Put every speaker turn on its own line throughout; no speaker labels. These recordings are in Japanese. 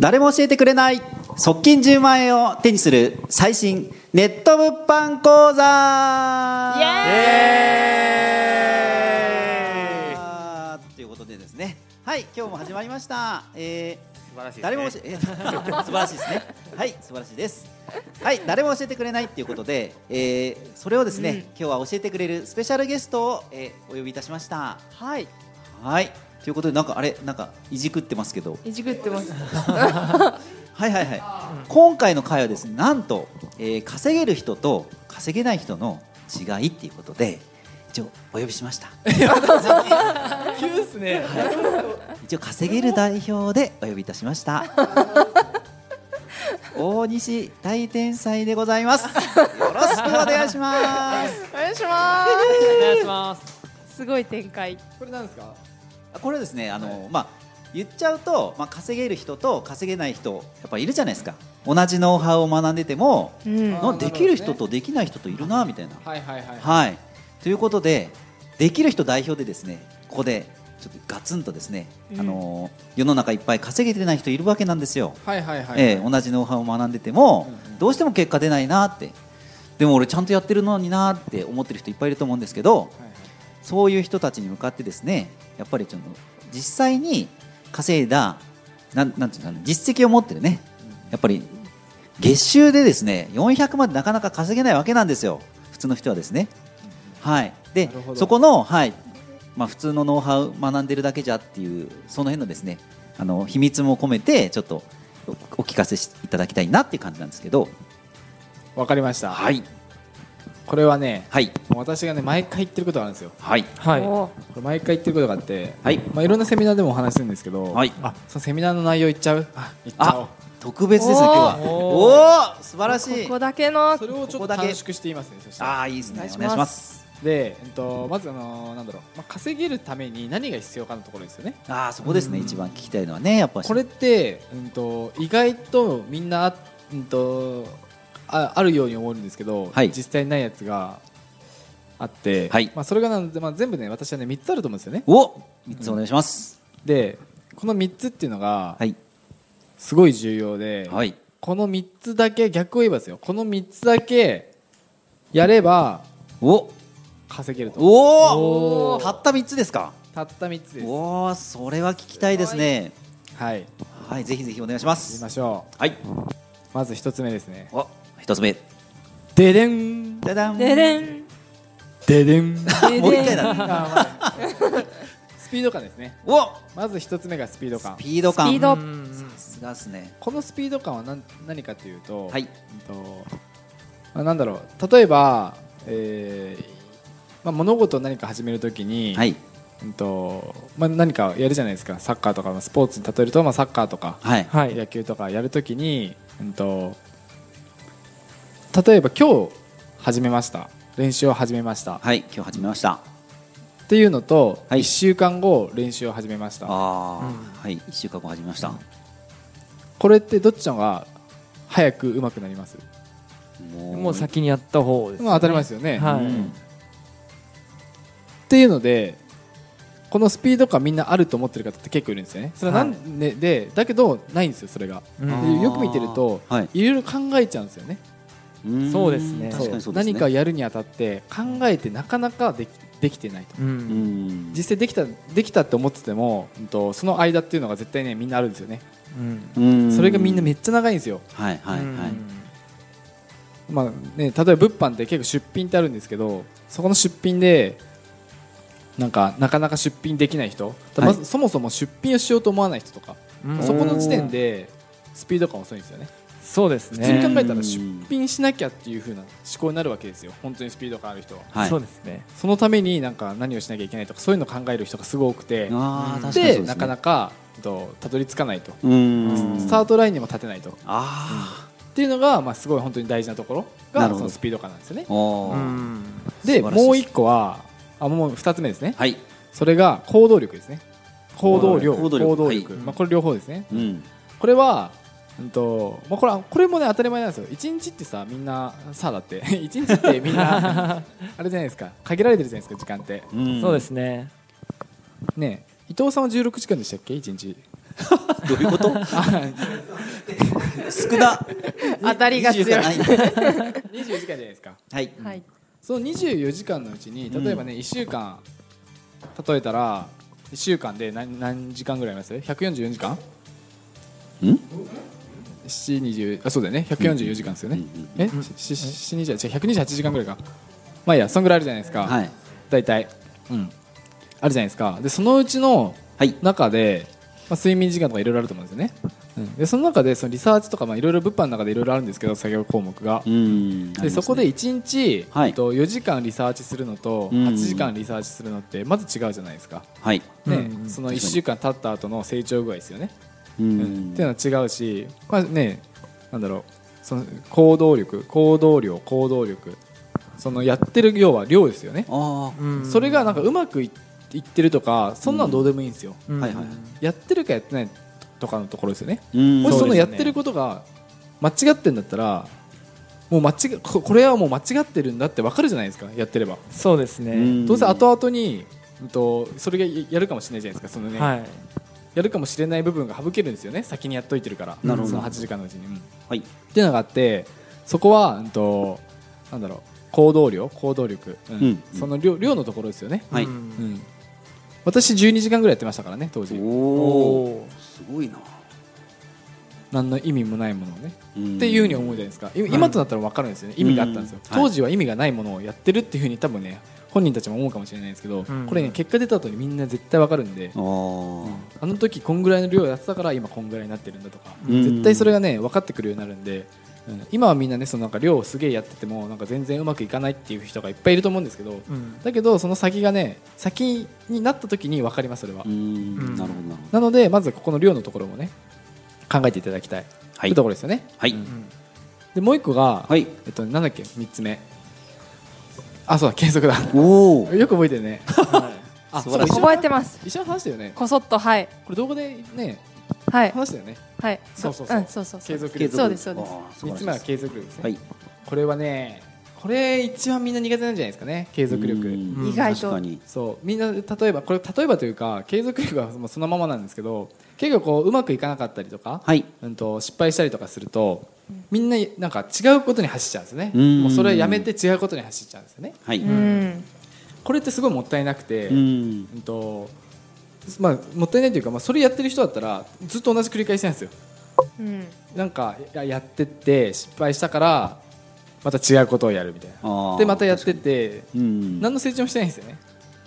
誰も教えてくれない側近10万円を手にする最新ネット物販講座
イエ
ということでですねはい今日も始まりました、え
素晴らしいで
ー、
すね
誰も教え、え ー素晴らしいですねはい素晴らしいですはい誰も教えてくれないっていうことで、えー、それをですね、今日は教えてくれるスペシャルゲストを、えー、お呼びいたしました
はい。
はいということでなんかあれなんかいじくってますけど
いじくってます。
はいはいはい、今回の回はですねなんと、えー稼げる人と稼げない人の違いっていうことで一応お呼びしました
急ですね。
一応稼げる代表でお呼びいたしました大西大天才でございますよろしくお願いします
お願いしま
お願いします。
す。すごい展開。
これなんですか。
これはですねあの、まあ言っちゃうと、まあ、稼げる人と稼げない人やっぱいるじゃないですか同じノウハウを学んでても、
うん。
な
あー
できる
なるほ
人
どね
とできない人といるなみたいな
はいはいはい。
はい、ということでできる人代表でですねここでちょっとガツンとですね、
うん
あのー世の中いっぱい稼げてない人いるわけなんですよ、
はいはいはい。
ええ同じノウハウを学んでても、
うんうん
どうしても結果出ないなってでも俺ちゃんとやってるのになって思ってる人いっぱいいると思うんですけど
はいはい
そういう人たちに向かってですねやっぱりちょっと実際に稼いだなんなんていうのかな実績を持ってるねやっぱり月収でですね400までなかなか稼げないわけなんですよ普通の人はですね。はい、で
なるほど
そこの、はいまあ、普通のノウハウ学んでるだけじゃっていうその辺のですねあの秘密も込めてちょっとおお聞かせしいただきたいなっていう感じなんですけど
わかりました。
はい
これはね、
はい
もう私がね毎回言ってることがあるんですよ。
はい
はい。
お
これ毎回言ってることがあって、
はい
まあいろんなセミナーでもお話しするんですけど、
はい
あ、そのセミナーの内容言っちゃう？あ、言っちゃお
あ
う。
特別ですね
お
今
ー
日は
お
おお素晴らしい
ここだけの
そ。れをちょ
ここと
っ
だけ
短縮して言いますね。そしたら
ああいいですねお願い
お
し
願いし
ま
ます
で、えっとまずあのなんだろう、まあ稼げるために何が必要かのところですよね。
ああそこですね一番聞きたいのはねやっぱし
これって、うん、と意外とみんな、あうん、とああるように思うんですけど、
はい
実際にないやつがあって、
はい
まあ、それがなので、まあ、全部ね私はね3つあると思うんですよね
お三つお願いします、
でこの3つっていうのが
はい
すごい重要で、
はい
この3つだけ逆を言えばですよこの3つだけやれば
お
稼げると
お
お
お
ー
たった三つですか
たった3つです
おおそれは聞きたいですね
はい
はいぜひぜひお願いしま
言い
す
ましょ
はい。
うまず1つ目ですね
お、一つ目。
ででん
じゃだん。
でれん。
で でん
で
もう一回
れん。
だ。
あまあ スピード感ですね
お、ス
まず一つ目がスピード感
ピード感。
スピード
さすがですね。
このスピード感は何何かというと,、
はい。
うんとまあ、なんだろう例えば、えーまあ、物事を何か始めるときに、
はい。
うんとまあ、何かやるじゃないですかサッカーとかまあスポーツに例えると、まあ、サッカーとか、
はい。
はい。
野球とかやるときに、うん、と例えば今日始めました練習を始めました、
はい。今日始めました。
っていうのと、
はい
一1週間後練習を始めまし
あ
た
あー、
うん
はい。一週間後始めました。
これってどっちの方が早く上手くなります、
も
もう先にやった方ですね。
まあ、当たり前ですよね、
は
う
い
ん
っていうのでこのスピード感みんなあると思ってる方って結構いるんですよねそれはなん、
は
ででだけどないんですよそれが、
うん
あ
で
ー
よく見てると、
はい。
いろいろ考えちゃうんですよね
うーん
そうですね
確かにそうですね。
何かやるにあたって考えてなかなかできできてないと
う
う。
んん。
実際できたできたって思ってても、うんと、その間っていうのが絶対ねみんなあるんですよね
うん。
うん
それがみんなめっちゃ長いんですよ、
はいはいはい。
まあね、例えば物販って結構出品ってあるんですけどそこの出品でなんかなかなか出品できない人、まずそもそも出品をしようと思わない人とか、
うん。うん
そこの時点でスピード感遅いんですよね
そうです
普通に
ね。
考えたら出品しなきゃっていう風な思考になるわけですよ本当にスピード感ある人は
はい
そう。ですね。
そのためになんか何をしなきゃいけないとかそういうのを考える人がすごく多くて
ああ、確
うん
かにそう
で
ですね。
なかなかえっとたどり着かないと
うーん。
スタートラインにも立てないとっ
あ
ていうのがまあすごい本当に大事なところ
なる
が
ほど
そのスピード感なんですよね
あ。お
う
ー
ん。
で
素晴らしいです
もう一個はあもう二つ目ですね
はい。
それが行動力ですね行動量
行
行
動力
動
は
力
い
まあこれ両方ですね
うん。
これはうんとまあ、これはこれもね当たり前なんですよ一日ってさみんなさあだって 一日ってみ んなあれじゃないですか限られてるじゃないですか時間って
ん
そうですね
ねえ伊藤さんは16時間でしたっけ一日
どういう こと少な
当たりが強い
20ないんだ
24時間じゃないですか
はい、
はい。
その24時間のうちに例えばね1週間例えたら1週間で何何時間ぐらいあります ?144 時間
うん
?720 あそうだよね144時間ですよね、
うんうんうん
えしし720違う128時間ぐらいかまあいいやそんぐらいあるじゃないですか、
はい
大体、うん、あるじゃないですかでそのうちの
はい
中で、まあ、睡眠時間とかいろいろあると思うんですよね、うん、でその中でそのリサーチとかまあいろいろ物販の中でいろいろあるんですけど作業項目が、
うん
でそこで1日、
はい
えっと4時間リサーチするのと
うん
8時間リサーチするのってまず違うじゃないですか、
はい
ね
うん
その1週間経った後の成長具合ですよね、
う
うん
ん
っていうのは違うし、まあね、なんだろうその行動力行動量行動力そのやってる量は量ですよね
あ
それがなんかうまくいいってるとかそんなのどうでもいいんですよ、
うん
はいはい
やってるかやってないとかのところですよね
あうん
もしそ
そう
の
です
や
よ
っ
ね
てることが間違ってんだったらもう間違ここれはもう間違ってるんだってわかるじゃないですかやってれば、
そうですね
どうせ後々に、うん、とそれがややるかもしれないじゃないですかそのね、
はい
やるかもしれない部分が省けるんですよね先にやっといてるから
なるほど
その8時間のうちに、うん
はい
っていうのがあってそこは、うん、となんだろう行動量行動力、うん
うん
その量量のところですよね、
はい
うん
うん私12時間ぐらいやってましたからね当時
おおすごいな
何の意味もないものをね、
っ
っていうふうに思うじゃないですか今今となったら分かるんですよね意味があったんですよ、
うんはい
当時は意味がないものをやってるっていうふうに多分ね本人たちも思うかもしれないですけど、
うん
これね結果出た後にみんな絶対分かるんで、
あー
あの時こんぐらいの量やってたから今こんぐらいになってるんだとか、
うん
絶対それがね分かってくるようになるんで、うん今はみんなねそのなんか量をすげえやっててもなんか全然うまくいかないっていう人がいっぱいいると思うんですけど、
うん
だけどその先がね先になった時に分かりますそれは、
うん
うん
なるほどなるほど
なのでまずここの量のところもね考えていただきたい、
は
という
い
ところですよね
はい
うん
でもう一個が、
はい
えっと、なんだっけ3つ目あそうだ継続だ
おお
よく覚えてる ね、あ
素晴らしい
そう
覚えてます。
一緒に話したよね
こそっとはい
これ動画でね
はい
話したよね
はい。
そうそうそうん
そうそうそ
継
う。
続
継続
力
そうですそうです
あー素晴
3
らし
つ
いで
目は
す
継続力ですね、
はい
これはねこれ一番みんな苦手なんじゃないですかね継続力
うん
意外と
確かに
そうみんな例えばこれ例えばというか継続力はもうそのままなんですけど結構こううまくいかなかったりとか、
はい
うん、と失敗したりとかするとみんななんか違うことに走っちゃうんですね
うん
もうそれはやめて違うことに走っちゃうんですよね
はい
うん。
これってすごいもったいなくて、
うん
うんとまあ、もったいないというか、まあ、それやってる人だったらずっと同じ繰り返しなんですよ
うん。
なんかややってって失敗したからまた違うことをやるみたい
あ
な
ー
でまたやってって
うん
何の成長もしてないんですよね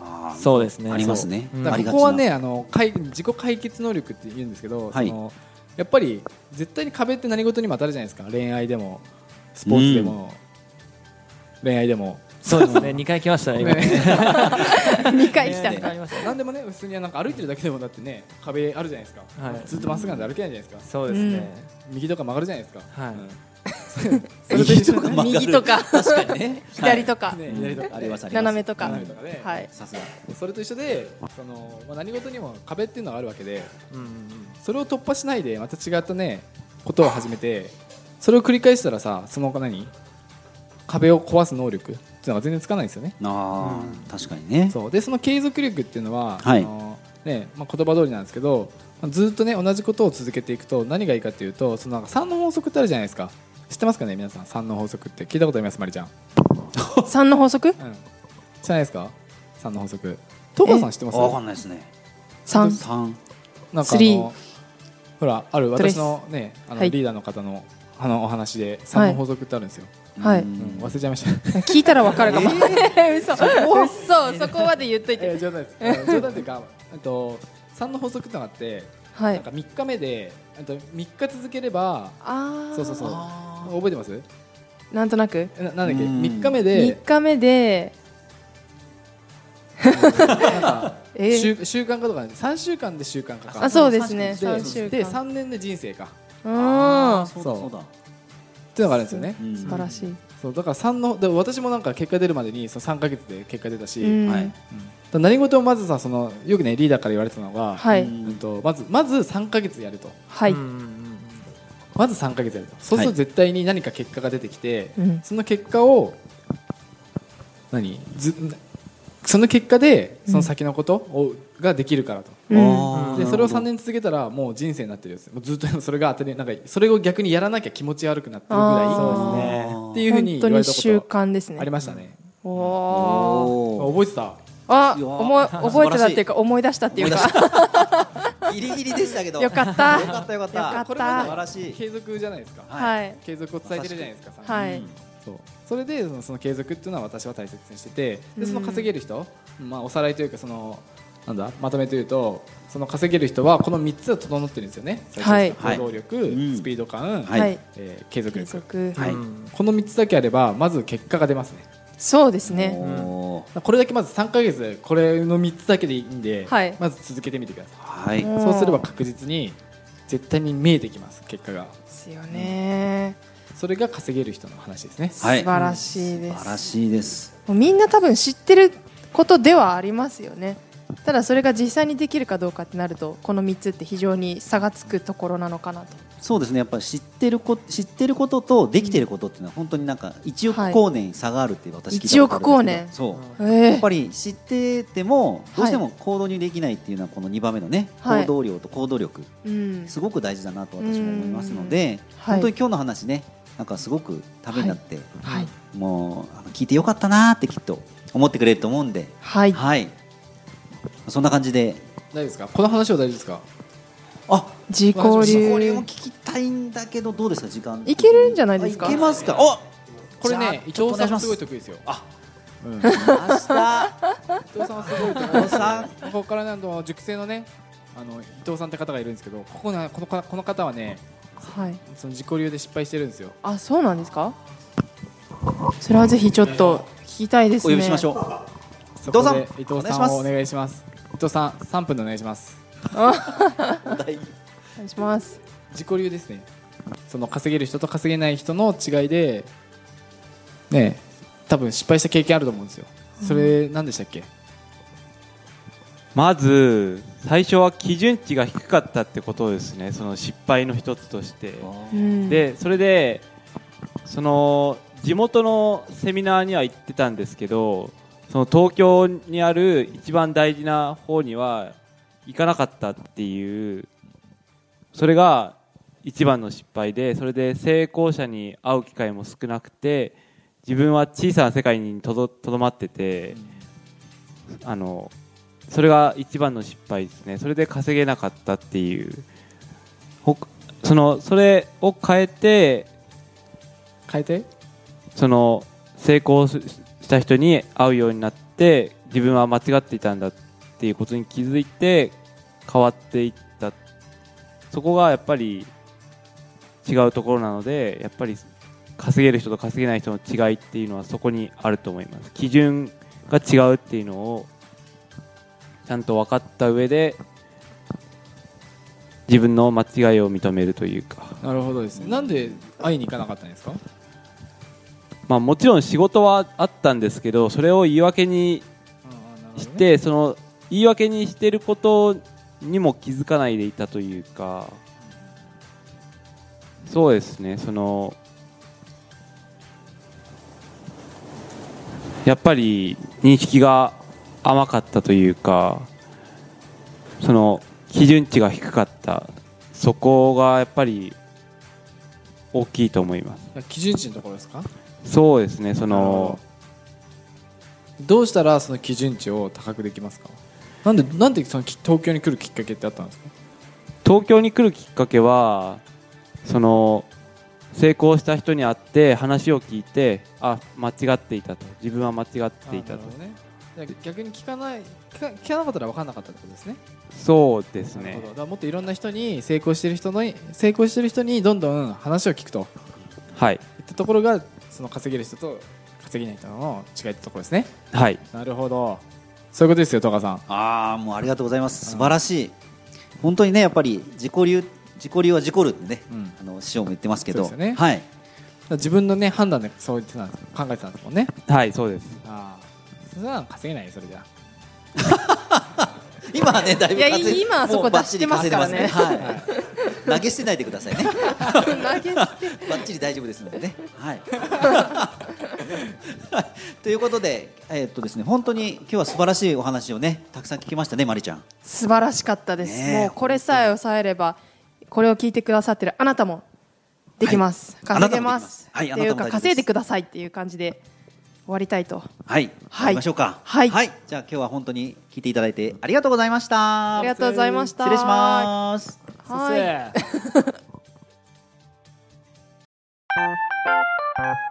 あー
そうですね
ありますね
そううん
だ
あ
から
り
こ
が
こは
ち
ね
な
あの解自己解決能力って言うんですけど、
はい
そのやっぱり絶対に壁って何事にも当たるじゃないですか恋愛でもスポーツでも、恋愛でも
そうで すね二回来ましたね今
ね
二回来た。
ね
ありました
何でもね普通になんか歩いてるだけでもだってね壁あるじゃないですか、
はい
ずっとまっすぐなんで歩けないじゃないですか
そうですね
右とか曲がるじゃないですか、
はい
うんそれと
右
一
と
緒
か曲がる
でね
右とか
確かにね
左とか
ね左とかね
ありますあります
斜めとか
斜めとかね
はい。
さすが
それと一緒でその、まあ、何事にも壁っていうのがあるわけで
うんうん
それを突破しないでまた違ったねことを始めてそれを繰り返したらさその何壁を壊す能力っていうのが全然つかないんですよね
あー確かにね
そうでその継続力っていうのは、
はい
あのねまあ、言葉通りなんですけどまあずっとね同じことを続けていくと何がいいかっていうとそのなんか3の法則ってあるじゃないですか知ってますかね皆さん3の法則って聞いたことありますまりちゃん、
三の法則？
うん、知らないですか3の法則東川さん知ってます
あわかんないですね
三。
三
なんかあ
スリー
のほらある
トレ
私
ス
のねあの
はい
リーダーの方のあのお話で3の法則ってあるんですよ、
はい
うん
うん忘れ ちゃいました
聞いたらわかるかも。嘘。嘘。そこまで言っといて。
えー冗談ですあの冗談というか あと3の法則ってのがあって、
は
なん
い
か。3日目であと3日続ければ
ああ。
そうそうそう覚えてます
なんとなく。
えななんだっけ
うん
3日目
三
で
日目で。
なんか
えー。
週習慣化とか、ね、3週間で習慣化か
あ、そうですね。
そう
三
です
週
で
間。
3年で人生かっ
うん。素
そうだそうだ
ていうのがあるんですよね
うん
晴らしい。
そうだから3ので私もなんか結果出るまでにその3か月で結果出たし、
う
はい。
ん
だから何事もまずさそのよくねリーダーから言われてたのが、
は
う
い。
ん
うんとまずまず3か月やると
はい。
うんうんうん
ままず3か月やるとそうすると絶対に何か結果が出てきて、
うん
その結果を何ずその結果でその先のことをができるからと。
あー
でそれを3
なる
年続けたらもう人生になってるやつもうずっとそれが当たりなんかそれを逆にやらなきゃ気持ち悪くなってるぐらい
あーそう
ほど
ですね
あー
っていうふうに
本当
言われ
に
た
習
こと
慣ですね
ありましたね
おお
おー
覚えてた
あ
いやー
思い覚えてたっていうか思い出したっていうか
ギリギリでしたけど
よかった
よかったよかった
よかった
これも素晴らしい
継続じゃないですか
は
はい
継続を伝えてるじゃないですか
はい
うん
そうそれでそのその継続っていうのは私は大切にしてて
うん
でその稼げる人、まあ、おさらいというかそのなんだまとめというとその稼げる人はこの3つが整ってるんですよね最初に
はい
行動力、
うん
スピード感、
はい
はい
えー継続
継
力
続
はい
うん
この3つだけあればまず結果が出ますね
そうですね
おー
これだけまず3か月これの3つだけでいいんで、
はい
まず続けてみてくださ
はい
うん
いそうすれば確実に絶対に見えてきます結果が
ですよね
それが稼げる人の話ですね
素
はい
晴らしいで
素晴ら
す
しいです
もうみんな多分知ってることではありますよねただそれが実際にできるかどうかってなるとこの3つって非常に差がつくところなのかなと
そうですねやっぱり知ってるこ知ってることとできてることっていうのは本当になんか1億
はい
光年差があるって私聞いたことあるんですけどそうや
え
っぱり知っててもどうしても行動にできないっていうのはこの2番目のね
は
行
い
動量と行動力
うん
すごく大事だなと私も思いますので
うんはい
本当に今日の話ねなんかすごくためになって
はい
もうあの聞いてよかったなーってきっと思ってくれると思うんで
はい
はいそんな感じで
大丈夫ですかこの話は大丈夫ですか
あ
自己
自己流も
流
聞きたいんだけどどうですか時間
いけるんじゃないですか
あいけますかお
これ
じゃあ
ね伊
ちょっ
藤
とお願
さ
いし
ん
ます
すごい得意ですよ
あ
うん伊
明日
藤さんはすごい得意
伊藤さん
ここからなんと熟成のねあの伊藤さんって方がいるんですけどここなこのこの方はね
はい
その自己流で失敗してるんですよ
あそうなんですかそれはぜひちょっと聞きたいです
お
ね
呼びしましょ
そこで
伊
伊
藤
藤
さん
さんをお願いします伊藤さん3分でお願いします
う。大
お願いします
自己流ですねその稼げる人と稼げない人の違いでねえ多分失敗した経験あると思うんですよそれ何でしたっけ、
まず最初は基準値が低かったってことですねその失敗の一つとして
うん
でそれでその地元のセミナーには行ってたんですけどその東京にある一番大事な方には行かなかったっていうそれが一番の失敗でそれで成功者に会う機会も少なくて自分は小さな世界にとどとどまってて。あのそれが一番の失敗ですねそれで稼げなかったっていうほそのそれを変えて
変えて
その成功しした人に会うようになって自分は間違っていたんだっていうことに気づいて変わっていったそこがやっぱり違うところなのでやっぱり稼げる人と稼げない人の違いっていうのはそこにあると思います基準が違うっていうのをちゃんと分かった上で自分の間違いを認めるというか
なるほどですねなんで会いに行かなかったんですか
まあ、もちろん仕事はあったんですけどそれを言い訳にして、その言い訳にしてることにも気づかないでいたというかそうですねそのやっぱり認識が甘かったというかその基準値が低かったそこがやっぱり大きいと思います
いや基準値のところですか
そうですねそ
なるほ
の
どどうしたらその基準値を高くできますかなんでなんでそのき東京に来るきっかけってあったんですか
東京に来るきっかけはその成功した人に会って話を聞いてあ間違っていたと自分は間違っていたと
あなるほどねだから逆に聞かない聞か聞かなかったら分かんなかったってことですね
そうです
なる
ね
ほどだからもっといろんな人に成功してる人の成功してる人にどんどん話を聞くと
はい
いったところがその稼げる人と稼げない人の違いってところですね
はい
なるほどそういうことですよ戸川さん
ああもうありがとうございます素晴らしい本当にねやっぱり自己流自己流は事故るってね、
うん
あの師匠も言ってますけど
そうですよね
はい
自分のね判断でそう言ってたんです考えてたんですもんね
はいそうです
ああそれは稼げないよそれじゃ
今はねだいぶ
いや
稼
今はそこ
もうバッチリ
出してますからね
稼いでますね投げ捨てないでくださいね。
投げ捨 て
バッチリ大丈夫ですので ね。はい。 ということで、えーっとですね、本当に今日は素晴らしいお話をね、たくさん聞きましたね、まりちゃん。
素晴らしかったです、
ねえ
もうこれさえ抑えればこれを聞いてくださってるあなたもできます、
はい
稼げます
あなたもできますはい
ってい
あなたも大
うか
丈夫です
稼いでくださいっていう感じで終わりたいと
はい。
は
行き
い
ましょうか。
はい
じゃあ今日は本当に聞いていただいてありがとうございました。
ありがとうございました
失礼します。
はい
先生